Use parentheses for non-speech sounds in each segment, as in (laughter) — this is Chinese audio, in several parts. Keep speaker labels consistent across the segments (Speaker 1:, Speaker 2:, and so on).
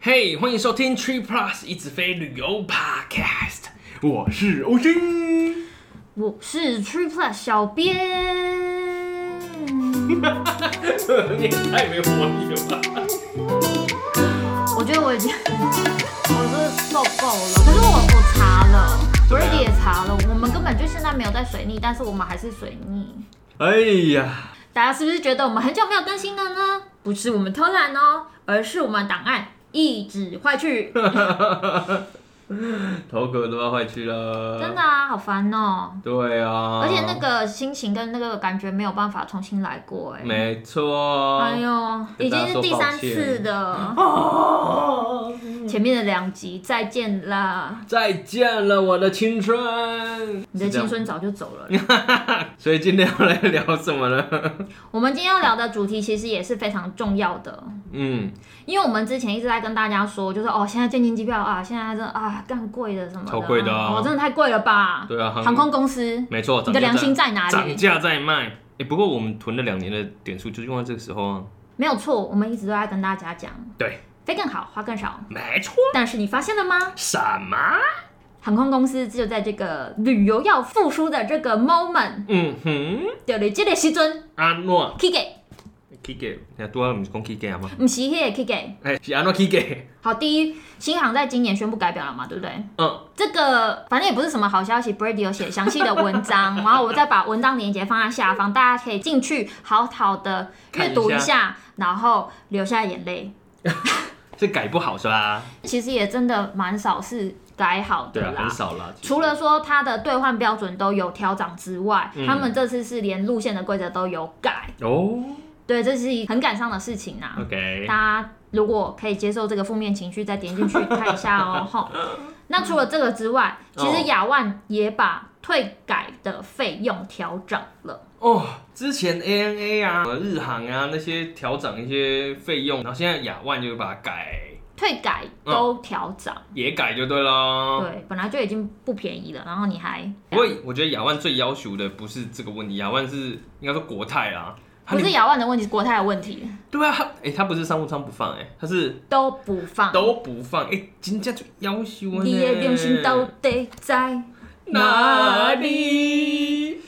Speaker 1: 嘿欢迎收听 Tree Plus 一直飞旅游 Podcast，我是欧星。
Speaker 2: 我是 Tree Plus 小编。
Speaker 1: 你也太没活力了吧！
Speaker 2: 我觉得我已经，我是受够了。可是我我查了，我
Speaker 1: 对啊
Speaker 2: 弟也查了，我们根本就现在没有在水逆，但是我们还是水逆。
Speaker 1: (laughs) 哎呀，
Speaker 2: 大家是不是觉得我们很久没有更新了呢？不是我们偷懒哦，而是我们档案一直坏 (laughs) 去。
Speaker 1: 头壳都要坏去了。
Speaker 2: 真的？啊，好烦哦。
Speaker 1: 对啊。
Speaker 2: 而且那个心情跟那个感觉没有办法重新来过哎、
Speaker 1: 没错。
Speaker 2: 哎呦，
Speaker 1: 跟
Speaker 2: 已
Speaker 1: 大家
Speaker 2: 经
Speaker 1: 说
Speaker 2: 是第
Speaker 1: 抱
Speaker 2: 三
Speaker 1: 歉
Speaker 2: 次的，
Speaker 1: 啊！
Speaker 2: 前面的两集再见啦，
Speaker 1: 再见了，我的青春。
Speaker 2: 你的青春早就走了。 (laughs)
Speaker 1: (laughs) 所以今天要来聊什么呢？ (laughs)
Speaker 2: 我们今天要聊的主题其实也是非常重要的，
Speaker 1: 嗯，
Speaker 2: 因为我们之前一直在跟大家说，就是哦，现在最近机票啊，现在真的啊干贵的什么的，
Speaker 1: 超贵的啊
Speaker 2: 哦，真的太贵了吧？
Speaker 1: 对啊，
Speaker 2: 航空公司，
Speaker 1: 没错，
Speaker 2: 你的良心在哪
Speaker 1: 涨
Speaker 2: 里？
Speaker 1: 价在卖。哎、不过我们囤了两年的点数，就用到这个时候啊。
Speaker 2: 没有错，我们一直都在跟大家讲，
Speaker 1: 对，
Speaker 2: 飞更好，花更少。
Speaker 1: 没错。
Speaker 2: 但是你发现了吗？
Speaker 1: 什么？
Speaker 2: 航空公司就在这个旅游要复苏的这个 moment，
Speaker 1: 嗯哼，
Speaker 2: 就是这个时阵
Speaker 1: 安诺
Speaker 2: 起价，
Speaker 1: 起价，那拄啊，毋是讲起价吗？
Speaker 2: 不是迄个起价。
Speaker 1: (laughs) 哎、是安诺起价。
Speaker 2: 好，第一，新航在今年宣布改表了嘛，对不对？
Speaker 1: 嗯，
Speaker 2: 这个反正也不是什么好消息，Brady 有写详细的
Speaker 1: (laughs)
Speaker 2: 文章，然后我再把文章链接放在下方，大家可以进去好好的阅读
Speaker 1: 看一
Speaker 2: 下，然后流下眼泪。
Speaker 1: 这改不好是吧？
Speaker 2: 其实也真的蛮少是改好
Speaker 1: 对
Speaker 2: 的
Speaker 1: 啊，
Speaker 2: 啦
Speaker 1: 很。少啦。其实
Speaker 2: 除了说它的兑换标准都有调整之外，
Speaker 1: 嗯
Speaker 2: 他们这次是连路线的规则都有改，
Speaker 1: 哦
Speaker 2: 对，这是一很赶上的事情啊。
Speaker 1: ，OK，
Speaker 2: 大家如果可以接受这个负面情绪，再点进去看一下
Speaker 1: (laughs)
Speaker 2: 哦。吼，那除了这个之外，其
Speaker 1: 哦
Speaker 2: 实亚万也把退改的费用调整了。
Speaker 1: 哦，之前 ANA 啊、日航啊那些调整一些费用，然后现在亚万就把它改
Speaker 2: 退改都调整，
Speaker 1: 也改就对啦。
Speaker 2: 对，本来就已经不便宜了，然后你还
Speaker 1: 不过我觉得亚万最要求的不是这个问题，亚万是应该说国泰啦，它
Speaker 2: 不
Speaker 1: 里
Speaker 2: 是亚万的问题，是国泰的问题，
Speaker 1: 对啊，它哎、它不是商务舱不放哎、它是
Speaker 2: 都不放，
Speaker 1: 都不放，哎、金价就要求呢。
Speaker 2: 你的良心到底在
Speaker 1: 哪？里？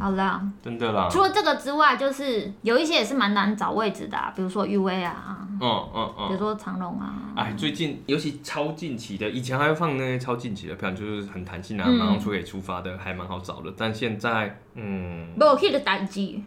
Speaker 2: 好啦，
Speaker 1: 真的啦，
Speaker 2: 除了这个之外，就是有一些也是蛮难找位置的、啊，比如说玉威啊，
Speaker 1: 嗯嗯
Speaker 2: 比
Speaker 1: 嗯。
Speaker 2: 如说长隆啊，
Speaker 1: 哎，最近尤其超近期的，以前还会放那些超近期的票，就是很弹性啊，
Speaker 2: 嗯
Speaker 1: 马上就可以出发的，还蛮好找的。但现在，嗯，
Speaker 2: 没有去的代志。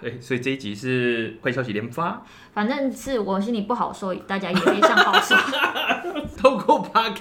Speaker 1: 哎、所以这一集是坏消息连发， (laughs)
Speaker 2: 反正是我心里不好受，大家也别想好
Speaker 1: (laughs)
Speaker 2: 受，
Speaker 1: 透过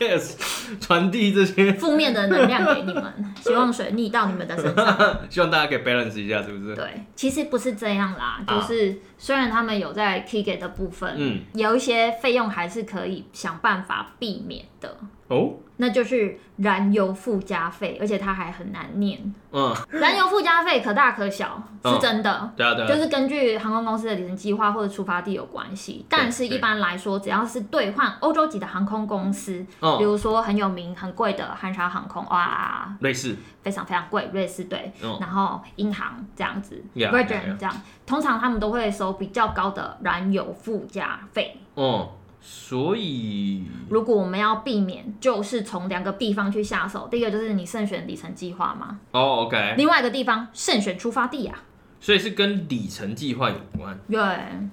Speaker 1: podcast 传递这些，
Speaker 2: 负面的能量给你们，希望水逆到你们的身上。
Speaker 1: 希望大家可以 balance 一下，是不是？
Speaker 2: 对，其实不是这样啦，
Speaker 1: 啊
Speaker 2: 就是虽然他们有在 k i g 的部分，
Speaker 1: 嗯，
Speaker 2: 有一些费用还是可以想办法避免的，
Speaker 1: 哦，
Speaker 2: 那就是燃油附加费，而且它还很难念。
Speaker 1: 嗯，
Speaker 2: 燃油附加费可大可小，是真的。
Speaker 1: 对啊，对啊，
Speaker 2: 就是根据航空公司的里程计划或者出发地有关系，但是一般来说，只要是兑换欧洲级的航空公司，比
Speaker 1: 嗯，
Speaker 2: 如说很有名、很贵的汉莎航空，哇，
Speaker 1: 类似，
Speaker 2: 非常非常贵，瑞士对，
Speaker 1: 嗯
Speaker 2: 然后英航这样子
Speaker 1: Yeah, yeah, yeah.
Speaker 2: ，Virgin 这样，通常他们都会收比较高的燃油附加费。
Speaker 1: 嗯，所以，
Speaker 2: 如果我们要避免，就是从两个地方去下手，第一个就是你慎选里程计划嘛，
Speaker 1: 哦，OK，
Speaker 2: 另外一个地方慎选出发地啊，
Speaker 1: 所以是跟里程计划有关。
Speaker 2: 对，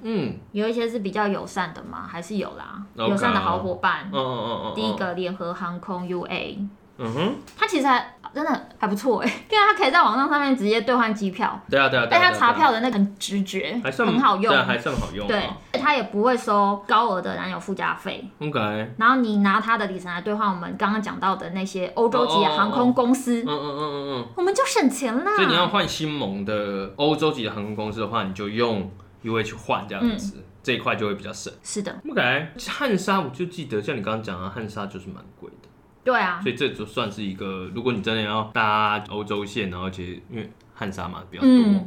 Speaker 1: 嗯，
Speaker 2: 有一些是比较友善的嘛，还是有啦
Speaker 1: OK
Speaker 2: 友善的好伙伴
Speaker 1: 嗯。嗯嗯嗯，
Speaker 2: 第一，个联合航空 UA，
Speaker 1: 嗯哼，
Speaker 2: 它其实还真的还不错哎、因为它可以在网站上面直接兑换机票，
Speaker 1: 对啊对啊，对
Speaker 2: 但
Speaker 1: 啊
Speaker 2: 它
Speaker 1: 对啊
Speaker 2: 查
Speaker 1: 对啊
Speaker 2: 票的那个很直觉，
Speaker 1: 还算
Speaker 2: 很好用
Speaker 1: 对，啊，还算好用啊。
Speaker 2: 对，它也不会收高额的燃油附加费。
Speaker 1: ，OK，嗯
Speaker 2: 然后你拿它的里程来兑换我们刚刚讲到的那些欧洲级
Speaker 1: 哦
Speaker 2: 的
Speaker 1: 哦哦
Speaker 2: 航空公司，
Speaker 1: 嗯嗯嗯
Speaker 2: 我们就省钱啦
Speaker 1: 嗯，。所以你要换新盟的欧洲级的航空公司的话，你就用 UA 去换这样
Speaker 2: 嗯
Speaker 1: 子，这一块就会比较省。
Speaker 2: 是的，
Speaker 1: OK，汉莎我就记得，像你刚刚讲的，汉莎就是蛮贵的，
Speaker 2: 对啊，
Speaker 1: 所以这就算是一个，如果你真的要搭欧洲线，然后其实因为汉莎嘛比较多
Speaker 2: 嗯，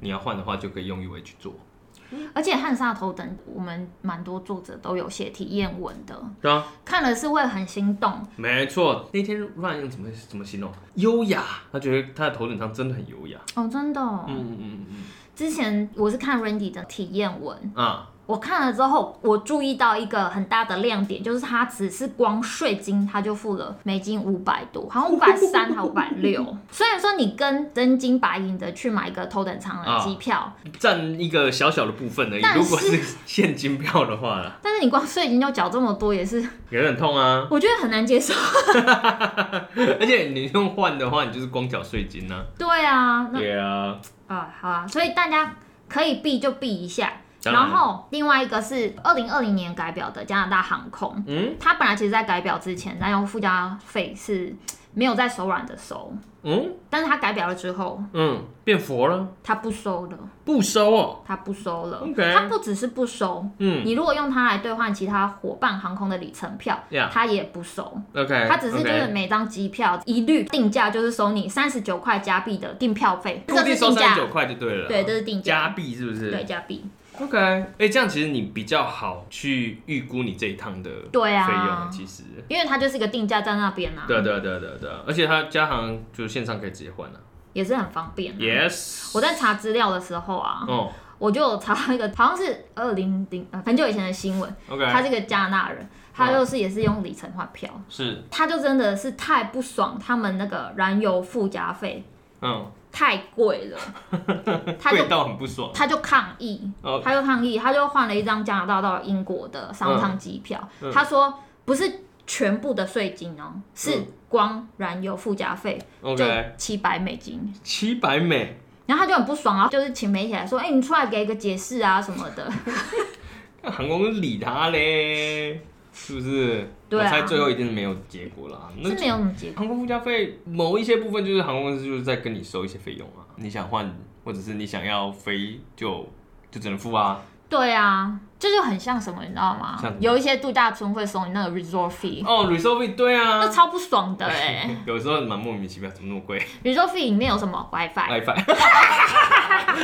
Speaker 1: 你要换的话就可以用 UA 去做。
Speaker 2: 而且汉萨头等，我们蛮多作者都有写体验文的，
Speaker 1: 对啊，
Speaker 2: 看了是会很心动。
Speaker 1: 没错，那天 Ryan 用怎么怎么形容？优雅，他觉得他的头等舱真的很优雅。
Speaker 2: 哦，真的、哦。
Speaker 1: 嗯嗯嗯
Speaker 2: 之前我是看 Randy 的体验文，
Speaker 1: 嗯啊，
Speaker 2: 我看了之后，我注意到一个很大的亮点，就是它只是光税金，它就付了美金五百多，好像五百三还五百
Speaker 1: (laughs)
Speaker 2: 六。虽然说你跟真金白银的去买一个头等舱的机票，
Speaker 1: 啊占一个小小的部分而已
Speaker 2: 但。是
Speaker 1: 如果是现金票的话啦， (laughs)
Speaker 2: 但是你光税金就缴这么多，也是
Speaker 1: 也很痛啊。
Speaker 2: 我觉得很难接受。
Speaker 1: 而且你用换的话，你就是光缴税金呐、
Speaker 2: 对啊，
Speaker 1: 啊。
Speaker 2: 那
Speaker 1: 对啊，
Speaker 2: 啊好啊，所以大家可以避就避一下。
Speaker 1: 当
Speaker 2: 然后另外一个是二零二零年改表的加拿大航空，
Speaker 1: 嗯
Speaker 2: 它本来其实在改表之前，燃油附加费是没有在手软的收，
Speaker 1: 嗯
Speaker 2: 但是它改表了之后，
Speaker 1: 嗯，变佛了，
Speaker 2: 它不收了，
Speaker 1: 不收哦。
Speaker 2: 它不收了。
Speaker 1: OK
Speaker 2: 它不只是不收，
Speaker 1: 嗯
Speaker 2: 你如果用它来兑换其他伙伴航空的里程票，
Speaker 1: 呀
Speaker 2: 它也不收。
Speaker 1: ，OK，
Speaker 2: 它只是就是
Speaker 1: ，OK，
Speaker 2: 每张机票一律定价就是收你三十九块加币的订票费，
Speaker 1: 固
Speaker 2: 这
Speaker 1: 定
Speaker 2: 是
Speaker 1: 收
Speaker 2: 定
Speaker 1: 三
Speaker 2: 价
Speaker 1: 十，九块就对了。
Speaker 2: 对，这是定
Speaker 1: 加
Speaker 2: 价，
Speaker 1: 币是不是？
Speaker 2: 对加币，
Speaker 1: OK，哎、这样其实你比较好去预估你这一趟的费
Speaker 2: 对
Speaker 1: 用，
Speaker 2: 啊，
Speaker 1: 其实。
Speaker 2: 因为它就是一个定价在那边啊，
Speaker 1: 对啊对啊对啊对啊对啊，而且它加行就是线上可以直接换了、
Speaker 2: 也是很方便啊。
Speaker 1: Yes，
Speaker 2: 我在查资料的时候啊，
Speaker 1: 哦
Speaker 2: 我就有查到一个好像是二零零呃很久以前的新闻，
Speaker 1: ，OK，
Speaker 2: 他是个加拿大人，
Speaker 1: 嗯
Speaker 2: 他就是也是用里程换票，
Speaker 1: 是，
Speaker 2: 他就真的是太不爽他们那个燃油附加费
Speaker 1: 嗯，
Speaker 2: 太贵
Speaker 1: (laughs)
Speaker 2: 了，他就
Speaker 1: 贵到很不爽。
Speaker 2: 他就抗议，
Speaker 1: 哦，
Speaker 2: 他就抗议，他就换了一张加拿大到英国的商舱机票，
Speaker 1: 嗯嗯嗯嗯
Speaker 2: 他说不是全部的税金哦，是光燃油附加费就
Speaker 1: OK，
Speaker 2: 七百美金。
Speaker 1: 七百美，
Speaker 2: 然后他就很不爽啊，就是请媒体来说，哎、你出来给一个解释啊什么的。
Speaker 1: 那航空公司理他嘞，是不是？
Speaker 2: 对啊
Speaker 1: 我猜最后一定是没有结果啦。 (laughs) 那
Speaker 2: 是没有什么结果。
Speaker 1: 航空附加费某一些部分就是航空公司就是在跟你收一些费用啊，你想换或者是你想要飞就就只能付啊。
Speaker 2: 对啊，这就很像什么，你知道吗
Speaker 1: 像什？么
Speaker 2: 有一些度假村会收你那个 resort fee，、
Speaker 1: 哦，resort fee，对啊
Speaker 2: 那，超不爽
Speaker 1: (laughs)
Speaker 2: 的哎、
Speaker 1: 有时候蛮莫名其妙，怎么那么贵
Speaker 2: resort fee 里面有什么
Speaker 1: 哎
Speaker 2: WiFi？
Speaker 1: ？WiFi，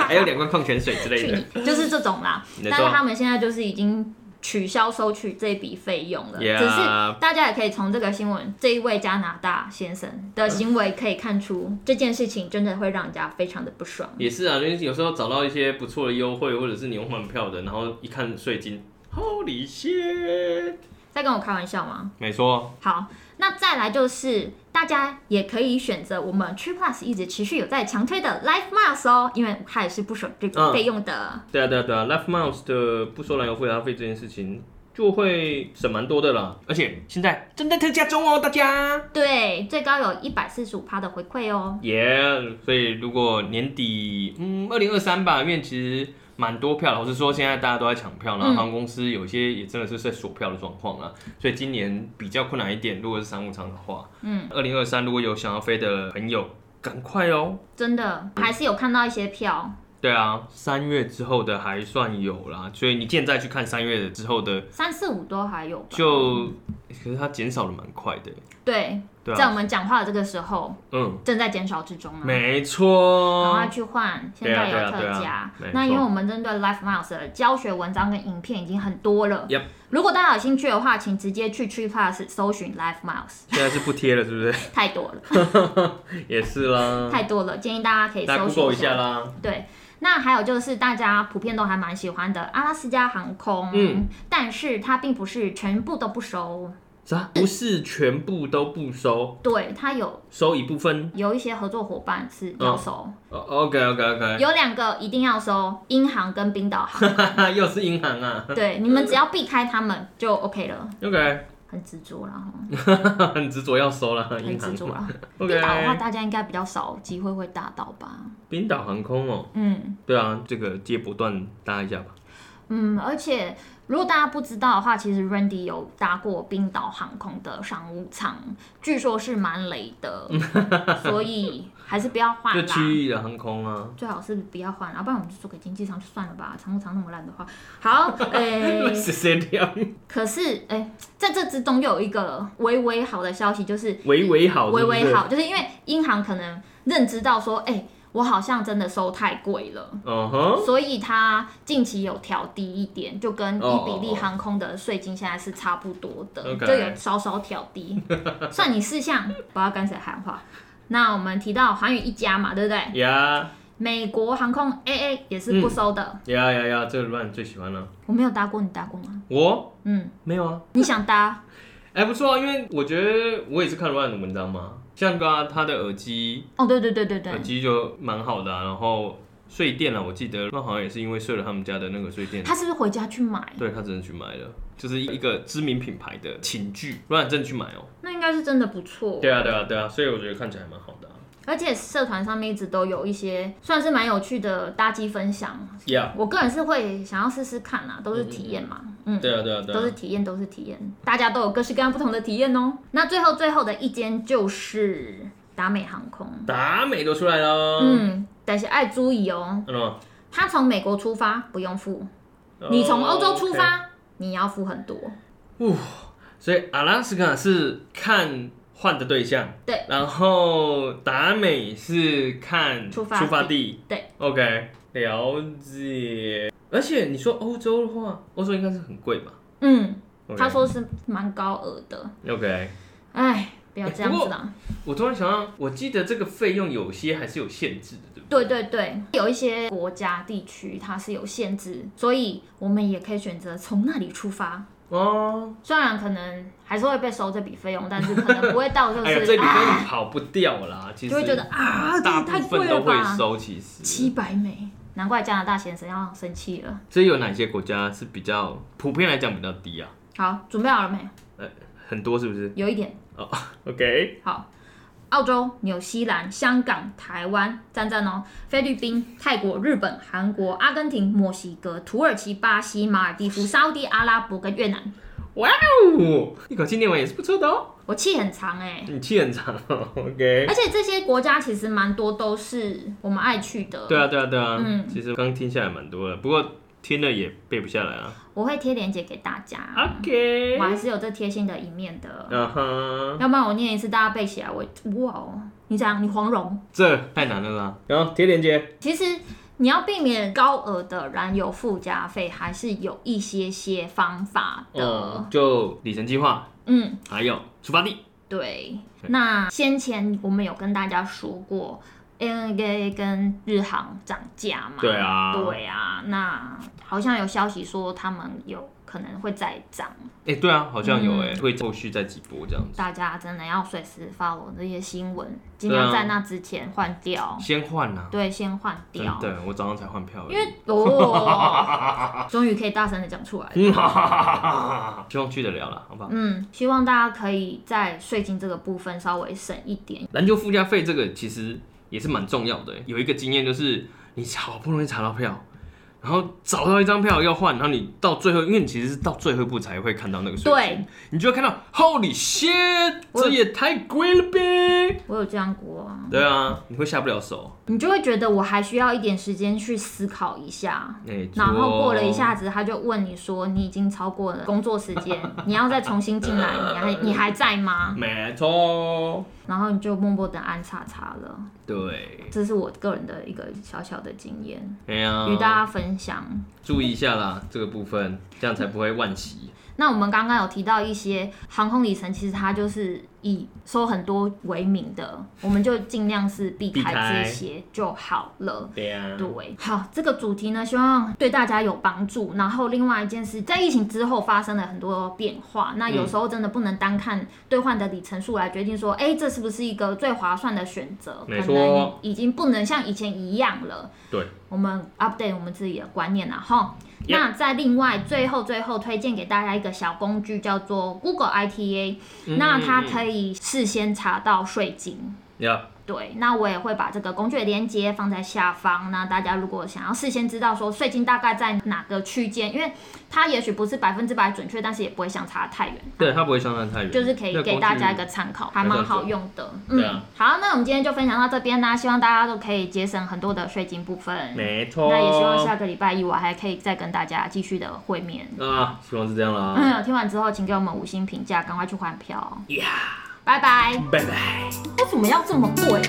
Speaker 1: 还有两罐矿泉水之类
Speaker 2: 去
Speaker 1: 的。
Speaker 2: 你就是这种啦
Speaker 1: (laughs) 没。错
Speaker 2: 但是他们现在就是已经取消收取这笔费用了
Speaker 1: Yeah
Speaker 2: 只是大家也可以从这个新闻，这一位加拿大先生的行为可以看出，这件事情真的会让人家非常的不爽。
Speaker 1: 也是啊，就是有时候找到一些不错的优惠，或者是你用换票的，然后一看税金，Holy shit！
Speaker 2: 在跟我开玩笑吗？
Speaker 1: 没错，
Speaker 2: 好，那再来就是大家也可以选择我们 Tree Plus 一直持续有在强推的 Life Max 哦，因为它也是不收这个
Speaker 1: 嗯
Speaker 2: 费用的。
Speaker 1: 对啊对啊对啊，Left Mouse 的不收燃油附加费这件事情就会省蛮多的啦，而且现在正在特价中哦，大家。
Speaker 2: 对，最高有一百四十五趴的回馈哦。
Speaker 1: 耶、所以如果年底，嗯，二零二三吧，因为其实蛮多票，老实说，现在大家都在抢票，然后
Speaker 2: 嗯
Speaker 1: 航空公司有些也真的是在锁票的状况啦，所以今年比较困难一点。如果是商务舱的话，
Speaker 2: 嗯，
Speaker 1: 二零二三如果有想要飞的朋友，赶快哦。
Speaker 2: 真的还是有看到一些票，
Speaker 1: 对啊，三月之后的还算有啦，所以你现在去看三月之后的
Speaker 2: 三四五都还有吧。
Speaker 1: 就，可是它减少的蛮快的，
Speaker 2: 对，
Speaker 1: 对
Speaker 2: 在
Speaker 1: 啊，
Speaker 2: 我们讲话的这个时候，
Speaker 1: 嗯，
Speaker 2: 正在减少之中啊。
Speaker 1: 没
Speaker 2: 赶
Speaker 1: 错
Speaker 2: 快，去换，现
Speaker 1: 对啊
Speaker 2: 在
Speaker 1: 对啊
Speaker 2: 有特
Speaker 1: 对
Speaker 2: 价。
Speaker 1: 啊没错
Speaker 2: 那因为我们针对 Life Miles 的教学文章跟影片已经很多了
Speaker 1: Yep
Speaker 2: 如果大家有兴趣的话，请直接去 Tree Plus 搜寻
Speaker 1: (laughs)
Speaker 2: Life Miles，
Speaker 1: 现在是不贴了，是不是？ (laughs)
Speaker 2: 太多了。
Speaker 1: 也是啦，
Speaker 2: 太多了，建议大家可以
Speaker 1: 嗯大家
Speaker 2: 搜寻
Speaker 1: Google 一下。啦。
Speaker 2: 对，那还有就是大家普遍都还蛮喜欢的阿拉斯加航空，
Speaker 1: 嗯，
Speaker 2: 但是它并不是全部都不收，
Speaker 1: 啥？不是全部都不收，
Speaker 2: 对，它有
Speaker 1: 收一部分。哦
Speaker 2: 有一些合作伙伴是要
Speaker 1: 嗯
Speaker 2: 收，
Speaker 1: o OK OK OK，
Speaker 2: 有两个一定要收，英航跟冰岛航，
Speaker 1: (laughs) 又是银行啊。
Speaker 2: 对，你们只要避开他们就 OK 了，
Speaker 1: OK， (laughs)
Speaker 2: 很执着啦，
Speaker 1: 很执着要收了，
Speaker 2: 很
Speaker 1: 银
Speaker 2: 执
Speaker 1: 行。
Speaker 2: 着啦。冰岛的话，
Speaker 1: 呃 OK，
Speaker 2: 大家应该比较少机会会达到吧，
Speaker 1: 冰岛航空哦，
Speaker 2: 嗯。
Speaker 1: 对啊，这个接驳段搭一下吧。
Speaker 2: 嗯，而且如果大家不知道的话，其实 Randy 有搭过冰岛航空的商务舱，据说是蛮雷
Speaker 1: (laughs)
Speaker 2: 的，所以还是不要换
Speaker 1: 就
Speaker 2: 啦。
Speaker 1: 区域的航空啊， (laughs)
Speaker 2: 最好是不要换啦，要不然我们就做给经济舱就算了吧。商务舱那么烂的话，
Speaker 1: (laughs)
Speaker 2: 好，诶、
Speaker 1: 是谁聊？
Speaker 2: 可是诶、在这之中又有一个微微好的消息，就是
Speaker 1: 微微好，
Speaker 2: 微
Speaker 1: 是不
Speaker 2: 微
Speaker 1: 是。
Speaker 2: 好，就是因为银行可能认知到说，诶、我好像真的收太贵了，
Speaker 1: 嗯哼，
Speaker 2: 所以它近期有调低一点，就跟
Speaker 1: 哦
Speaker 2: 伊比利航空的税金现在是差不多的
Speaker 1: OK
Speaker 2: 就有稍稍调
Speaker 1: (laughs)
Speaker 2: 低。算你事项，不要跟谁喊话。那我们提到韩语一家嘛，对不对？
Speaker 1: 呀，
Speaker 2: 美国航空 AA 也是
Speaker 1: 嗯
Speaker 2: 不收的。
Speaker 1: 呀呀呀，这个乱最喜欢了。
Speaker 2: 我没有搭过，你搭过吗？
Speaker 1: 我
Speaker 2: 嗯，
Speaker 1: 没有啊，
Speaker 2: 你想搭？
Speaker 1: 哎，不错啊，因为我觉得我也是看乱的文章嘛，像刚刚他的耳机，
Speaker 2: 哦，对对对对
Speaker 1: 耳
Speaker 2: 对，
Speaker 1: 机就蛮好的、啊，然后睡垫了，我记得乱好像也是因为睡了他们家的那个睡垫。
Speaker 2: 他是不是回家去买？
Speaker 1: 对他真的去买了，就是一个知名品牌的寝具，乱真的去买哦。
Speaker 2: 那应该是真的不错。
Speaker 1: 对啊，对啊，对啊，所以我觉得看起来蛮好的、啊。
Speaker 2: 而且社团上面一直都有一些算是蛮有趣的搭机分享，
Speaker 1: Yeah，
Speaker 2: 我个人是会想要试试看啊，都是体验嘛，嗯，
Speaker 1: 对啊，对啊，对
Speaker 2: 都是
Speaker 1: 啊。
Speaker 2: 体验，都是体验，大家都有各式各样不同的体验哦。那最后最后的一间就是达美航空，
Speaker 1: 达美都出来了，
Speaker 2: 嗯，但是爱注意哦，
Speaker 1: 嗯哦，
Speaker 2: 他从美国出发不用付，你从欧洲出
Speaker 1: OK
Speaker 2: 发你要付很多，
Speaker 1: 所以阿拉斯加是看换的对象，
Speaker 2: 对，
Speaker 1: 然后达美是看
Speaker 2: 出发地
Speaker 1: 出发地，
Speaker 2: 对
Speaker 1: ，OK，了解。而且你说欧洲的话，欧洲应该是很贵吧
Speaker 2: 嗯，
Speaker 1: ？OK
Speaker 2: 他说是蛮高额的，
Speaker 1: OK，
Speaker 2: 哎，不要
Speaker 1: 哎
Speaker 2: 这样
Speaker 1: 不过
Speaker 2: 子啦。
Speaker 1: 我突然想到，我记得这个费用有些还是有限制的，对不对？
Speaker 2: 对对对，有一些国家地区它是有限制，所以我们也可以选择从那里出发。
Speaker 1: 哦，
Speaker 2: 虽然可能还是会被收这笔费用，但是可能不会到就
Speaker 1: 哎呀，
Speaker 2: 是、
Speaker 1: 这笔费
Speaker 2: 啊，
Speaker 1: 用跑不掉啦，其实
Speaker 2: 就会觉得啊，这
Speaker 1: 大
Speaker 2: 也
Speaker 1: 部
Speaker 2: 太贵
Speaker 1: 分都
Speaker 2: 了
Speaker 1: 会
Speaker 2: 吧，
Speaker 1: 收，其实。
Speaker 2: 七百美，难怪加拿大先生要生气了。
Speaker 1: 所以有哪些国家是比较普遍来讲比较低啊？
Speaker 2: 好，准备好了没？
Speaker 1: 很多是不是
Speaker 2: 有一点
Speaker 1: ？OK，
Speaker 2: 好。澳洲、纽西兰、香港、台湾，赞赞哦！菲律宾、泰国、日本、韩国、阿根廷、墨西哥、土耳其、巴西、马尔蒂夫、沙烏地阿拉伯跟越南。
Speaker 1: 哦，一口气念完也是不错的哦。
Speaker 2: 我气很长哎、
Speaker 1: 你气很长哦，OK。 (laughs)
Speaker 2: 而且这些国家其实蛮多都是我们爱去的。
Speaker 1: 对啊，对啊，对啊。
Speaker 2: 嗯
Speaker 1: 其实刚听下来蛮多的，不过听了也背不下来啊。
Speaker 2: 我会贴链接给大家。
Speaker 1: OK
Speaker 2: 我。还是有这贴心的一面的。
Speaker 1: 嗯哼，
Speaker 2: 要不然我念一次，大家背起来。我哇哦，你想你黄蓉，
Speaker 1: 这太难了啦。然后贴链接。
Speaker 2: 其实你要避免高额的燃油附加费，还是有一些些方法的
Speaker 1: 嗯，。就里程计划，
Speaker 2: 嗯，
Speaker 1: 还有出发地。
Speaker 2: 对，那先前我们有跟大家说过，ANA 跟日航涨价嘛？
Speaker 1: 对啊
Speaker 2: 对啊。那好像有消息说他们有可能会再涨，
Speaker 1: 哎，对啊，好像
Speaker 2: 嗯
Speaker 1: 有哎，会后续再几波这样子。
Speaker 2: 大家真的要随时 follow 这些新闻，尽
Speaker 1: 对啊
Speaker 2: 量在那之前换掉。
Speaker 1: 先换呐。
Speaker 2: 对，先换
Speaker 1: 真
Speaker 2: 掉。
Speaker 1: 的，我早上才换票而已。
Speaker 2: 因为哦，终于可以大声的讲出来了。
Speaker 1: 嗯哈哈哈哈哈， (laughs) 希望去得了啦，好不好？
Speaker 2: 嗯，希望大家可以在税金这个部分稍微省一点。
Speaker 1: 篮球附加费这个其实也是蛮重要的。有一个经验就是，你好不容易查到票，然后找到一张票要换，然后你到最后，因为你其实是到最后一步才会看到那个税金，
Speaker 2: 对
Speaker 1: 你就会看到 Holy shit，
Speaker 2: 我
Speaker 1: 这也太贵了呗。
Speaker 2: 我有这样过啊。
Speaker 1: 对啊，你会下不了手。
Speaker 2: 你就会觉得我还需要一点时间去思考一下。
Speaker 1: 哎，
Speaker 2: 然后
Speaker 1: 错
Speaker 2: 过了一，下子，他就问你说：“你已经超过了工作时 (laughs) 间，你要再重新进来， (laughs) 你还你还在吗
Speaker 1: 没错，？”
Speaker 2: 然后你就默默的按叉叉了。
Speaker 1: 对，
Speaker 2: 这是我个人的一个小小的经验，
Speaker 1: 哎呀，
Speaker 2: 与大家分享。
Speaker 1: 注意一下啦，这个部分，这样才不会万喜。
Speaker 2: 那我们刚刚有提到一些航空里程，其实它就是以收很多为名的，我们就尽量是避
Speaker 1: 避开
Speaker 2: 开这些就好了。
Speaker 1: 对啊呀
Speaker 2: 对，好，这个主题呢，希望对大家有帮助。然后另外一件事，在疫情之后发生了很多变化，那有时候真的不能单看兑换的里程数来决定说，哎、这是不是一个最划算的选择？
Speaker 1: 没
Speaker 2: 可
Speaker 1: 错
Speaker 2: 能已经不能像以前一样了。
Speaker 1: 对，
Speaker 2: 我们 update 我们自己的观念啦，啊哈。
Speaker 1: Yep
Speaker 2: 那在另外最后最后推荐给大家一个小工具，叫做 Google ITA，、那
Speaker 1: 嗯
Speaker 2: 它可以事先查到税金。
Speaker 1: 呀，
Speaker 2: 对，那我也会把这个工具的连接放在下方。那大家如果想要事先知道说税金大概在哪个区间，因为它也许不是百分之百准确，但是也不会相差太远，
Speaker 1: 对，它不会相差太远，
Speaker 2: 就是可以
Speaker 1: 那
Speaker 2: 给
Speaker 1: 工
Speaker 2: 大
Speaker 1: 具
Speaker 2: 家一个参考，
Speaker 1: 还
Speaker 2: 还
Speaker 1: 蛮
Speaker 2: 蛮
Speaker 1: 好
Speaker 2: 好用的。
Speaker 1: 对
Speaker 2: 嗯，
Speaker 1: 啊
Speaker 2: 好，那我们今天就分享到这边啦、希望大家都可以节省很多的税金部分。
Speaker 1: 没错。
Speaker 2: 那也希望下个礼拜一我还可以再跟大家继续的会面。
Speaker 1: 啊，希望是这样啦。
Speaker 2: 嗯， (laughs) 听完之后请给我们五星评价，赶快去换票，
Speaker 1: 呀，
Speaker 2: 拜拜。
Speaker 1: 拜拜。
Speaker 2: 为什么要这么贵？